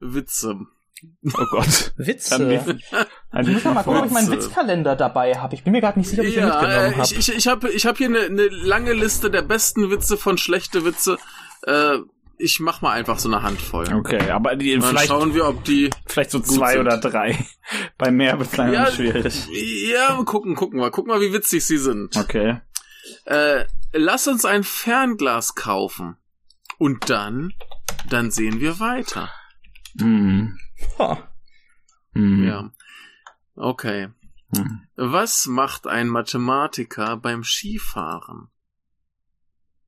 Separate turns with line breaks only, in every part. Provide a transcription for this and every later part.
Witze.
Oh Gott.
Witze. Ich muss
Witze.
mal, mal gucken, ob ich meinen
Witze.
Witzkalender dabei habe. Ich bin mir gerade nicht sicher, ob ich ihn
Ja,
mitgenommen
äh, ich,
habe.
ich, ich habe ich hab hier eine ne lange Liste der besten Witze von schlechte Witze. Äh, ich mach mal einfach so eine Handvoll.
Okay, aber die,
Und Dann
vielleicht,
schauen wir, ob die.
vielleicht so
gut
zwei
sind.
oder drei. Bei mehr wird es langsam
Ja.
schwierig.
Ja, gucken, gucken wir. Gucken wir, wie witzig sie sind.
Okay.
Äh, lass uns ein Fernglas kaufen. Und dann, dann sehen wir weiter.
Hm.
Ha.
Hm.
Ja. Okay.
Hm.
Was macht ein Mathematiker beim Skifahren?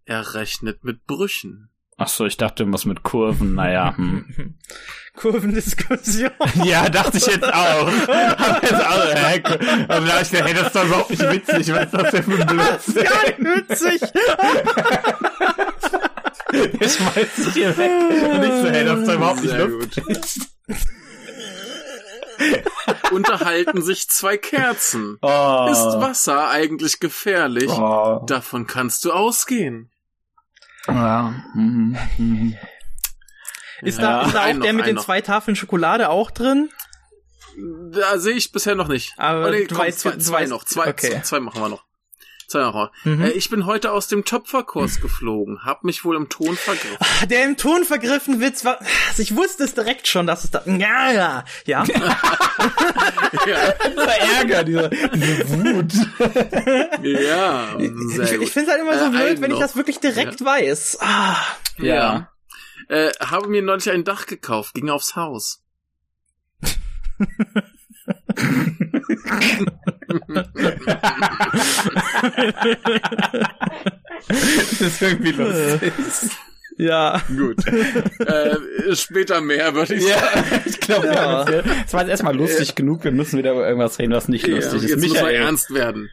Er rechnet mit Brüchen.
Ach so, ich dachte, was mit Kurven, naja. Hm.
Kurvendiskussion.
Ja, dachte ich jetzt auch. Hab jetzt auch äh, hä, Kur- aber da hab ich gedacht, hey, das ist doch überhaupt nicht witzig. Was ist das denn für ein Blödsinn?
Gar nicht witzig.
Ich schmeiß dich hier weg. Und ich so, hey, das ist doch überhaupt nicht
Sehr
lustig.
Unterhalten sich zwei Kerzen.
Oh.
Ist Wasser eigentlich gefährlich?
Oh.
Davon kannst du ausgehen.
Ja. Hm, hm.
Ist
Ja.
da, ist da
Einen
auch
noch,
der mit
einen
den
noch.
zwei Tafeln Schokolade auch drin?
Da sehe ich bisher noch nicht.
Aber
Oh, nee,
du
komm,
weißt-
zwei,
du
zwei
weißt-
noch. Zwei,
okay.
zwei machen wir noch. Zwei machen wir.
Mhm.
Äh, ich bin heute aus dem Töpferkurs geflogen. Hab mich wohl im Ton vergriffen.
Ah, Der im Ton vergriffen Witz war. Also ich wusste es direkt schon, dass es da. Ja, ja. Ja.
ja,
Dieser Ärger, diese, diese Wut.
ja,
Ich,
sehr gut.
ich finde es halt immer
Äh,
so blöd,
einen
wenn ich
noch.
das wirklich direkt weiß. Ah,
Ja. Äh, habe mir neulich ein Dach gekauft, ging aufs Haus.
Das ist irgendwie lustig.
ja.
Gut. äh, später mehr würde ich sagen.
ich glaube,
Ja.
es war jetzt erstmal lustig genug. Wir müssen wieder über irgendwas reden, was nicht
Ja, jetzt
lustig ist.
müssen wir
Michael,
ernst werden.